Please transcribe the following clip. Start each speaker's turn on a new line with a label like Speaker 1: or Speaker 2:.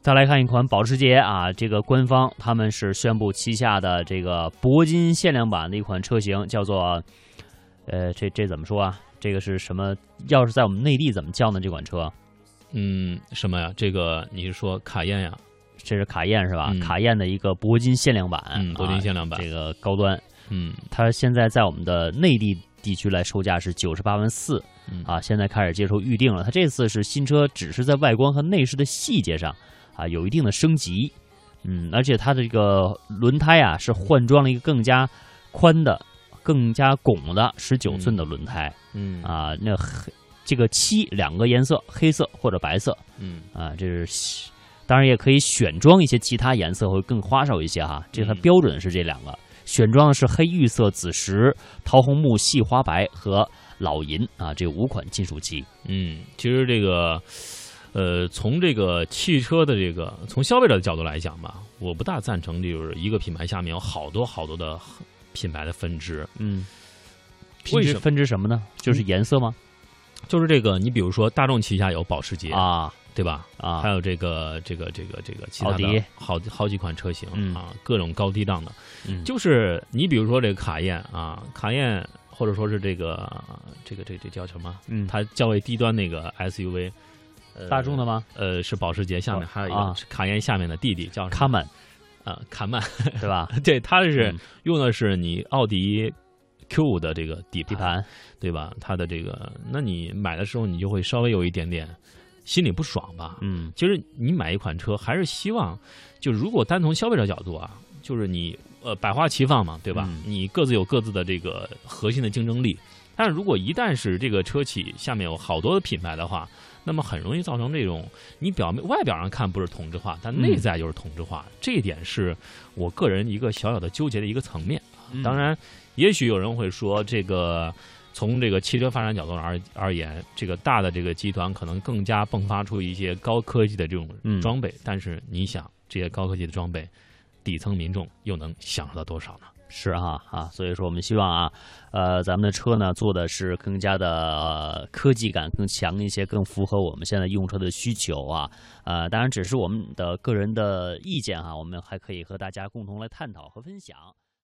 Speaker 1: 再来看一款保时捷啊，这个官方他们是宣布旗下的这个铂金限量版的一款车型，叫做，呃，这这怎么说啊？这个是什么？要是在我们内地怎么叫呢？这款车，
Speaker 2: 嗯，什么呀？这个你是说卡宴呀？
Speaker 1: 这是卡宴是吧？
Speaker 2: 嗯
Speaker 1: 卡宴的一个铂金限量版，
Speaker 2: 嗯，铂金限量
Speaker 1: 啊
Speaker 2: 版。
Speaker 1: 这个高端，
Speaker 2: 嗯
Speaker 1: 它现在在我们的内地地区来售价是九十八万四
Speaker 2: 嗯
Speaker 1: 啊，现在开始接受预定了。它这次是新车，只是在外观和内饰的细节上啊有一定的升级，嗯，而且它的这个轮胎啊是换装了一个更加宽的、更加拱的十九寸的轮胎
Speaker 2: 嗯
Speaker 1: 啊，那黑这个漆两个颜色，黑色或者白色
Speaker 2: 嗯
Speaker 1: 啊，这是西。当然也可以选装一些其他颜色，会更花哨一些哈。这它
Speaker 2: 嗯
Speaker 1: 标准是这两个，选装的是黑玉色、紫石、桃红木、细花白和老银啊，这五款金属漆。
Speaker 2: 嗯，其实这个，呃，从这个汽车的这个从消费者的角度来讲吧，我不大赞成就是一个品牌下面有好多好多的品牌的分支。
Speaker 1: 嗯，
Speaker 2: 为
Speaker 1: 为
Speaker 2: 什
Speaker 1: 什
Speaker 2: 么
Speaker 1: 分支什么呢？就是颜色吗？
Speaker 2: 就是这个，你比如说大众旗下有保时捷，
Speaker 1: 啊
Speaker 2: 对吧？嗯还
Speaker 1: 啊，
Speaker 2: 有这个这个这个这个其他
Speaker 1: 奥迪
Speaker 2: 的好好几款车型、
Speaker 1: 嗯
Speaker 2: 啊，各种高低档的。
Speaker 1: 嗯
Speaker 2: 就是你比如说这个卡宴啊，卡宴或者说是这个这个这这叫什么？
Speaker 1: 嗯，
Speaker 2: 它较为低端那个 SUV，、呃、
Speaker 1: 大众的吗？
Speaker 2: 呃是保时捷下面还有一
Speaker 1: 啊
Speaker 2: 个是卡宴下面的弟弟叫什么
Speaker 1: 卡门
Speaker 2: 呃卡曼，
Speaker 1: 对吧？
Speaker 2: 对，它是、
Speaker 1: 嗯
Speaker 2: 用的是你奥迪 Q 五的这个底
Speaker 1: 底
Speaker 2: 盘，
Speaker 1: 盘
Speaker 2: 对吧？它的这个，那你买的时候你就会稍微有一点点心里不爽吧？
Speaker 1: 嗯
Speaker 2: 其实你买一款车，还是希望，就如果单从消费者角度啊，就是你呃百花齐放嘛，对吧？
Speaker 1: 嗯
Speaker 2: 你各自有各自的这个核心的竞争力。但是如果一旦是这个车企下面有好多的品牌的话，那么很容易造成这种你表面外表上看不是同质化，但内在就是同质化。这一点是我个人一个小小的纠结的一个层面。
Speaker 1: 嗯
Speaker 2: 当然，也许有人会说，这个从这个汽车发展角度而而言，这个大的这个集团可能更加迸发出一些高科技的这种
Speaker 1: 嗯
Speaker 2: 装备。但是你想，这些高科技的装备，底层民众又能享受到多少呢？
Speaker 1: 是哈啊，所以说我们希望啊，呃，咱们的车呢做的是更加的、呃科技感更强一些，更符合我们现在用车的需求啊。呃，当然只是我们的个人的意见哈、我们还可以和大家共同来探讨和分享。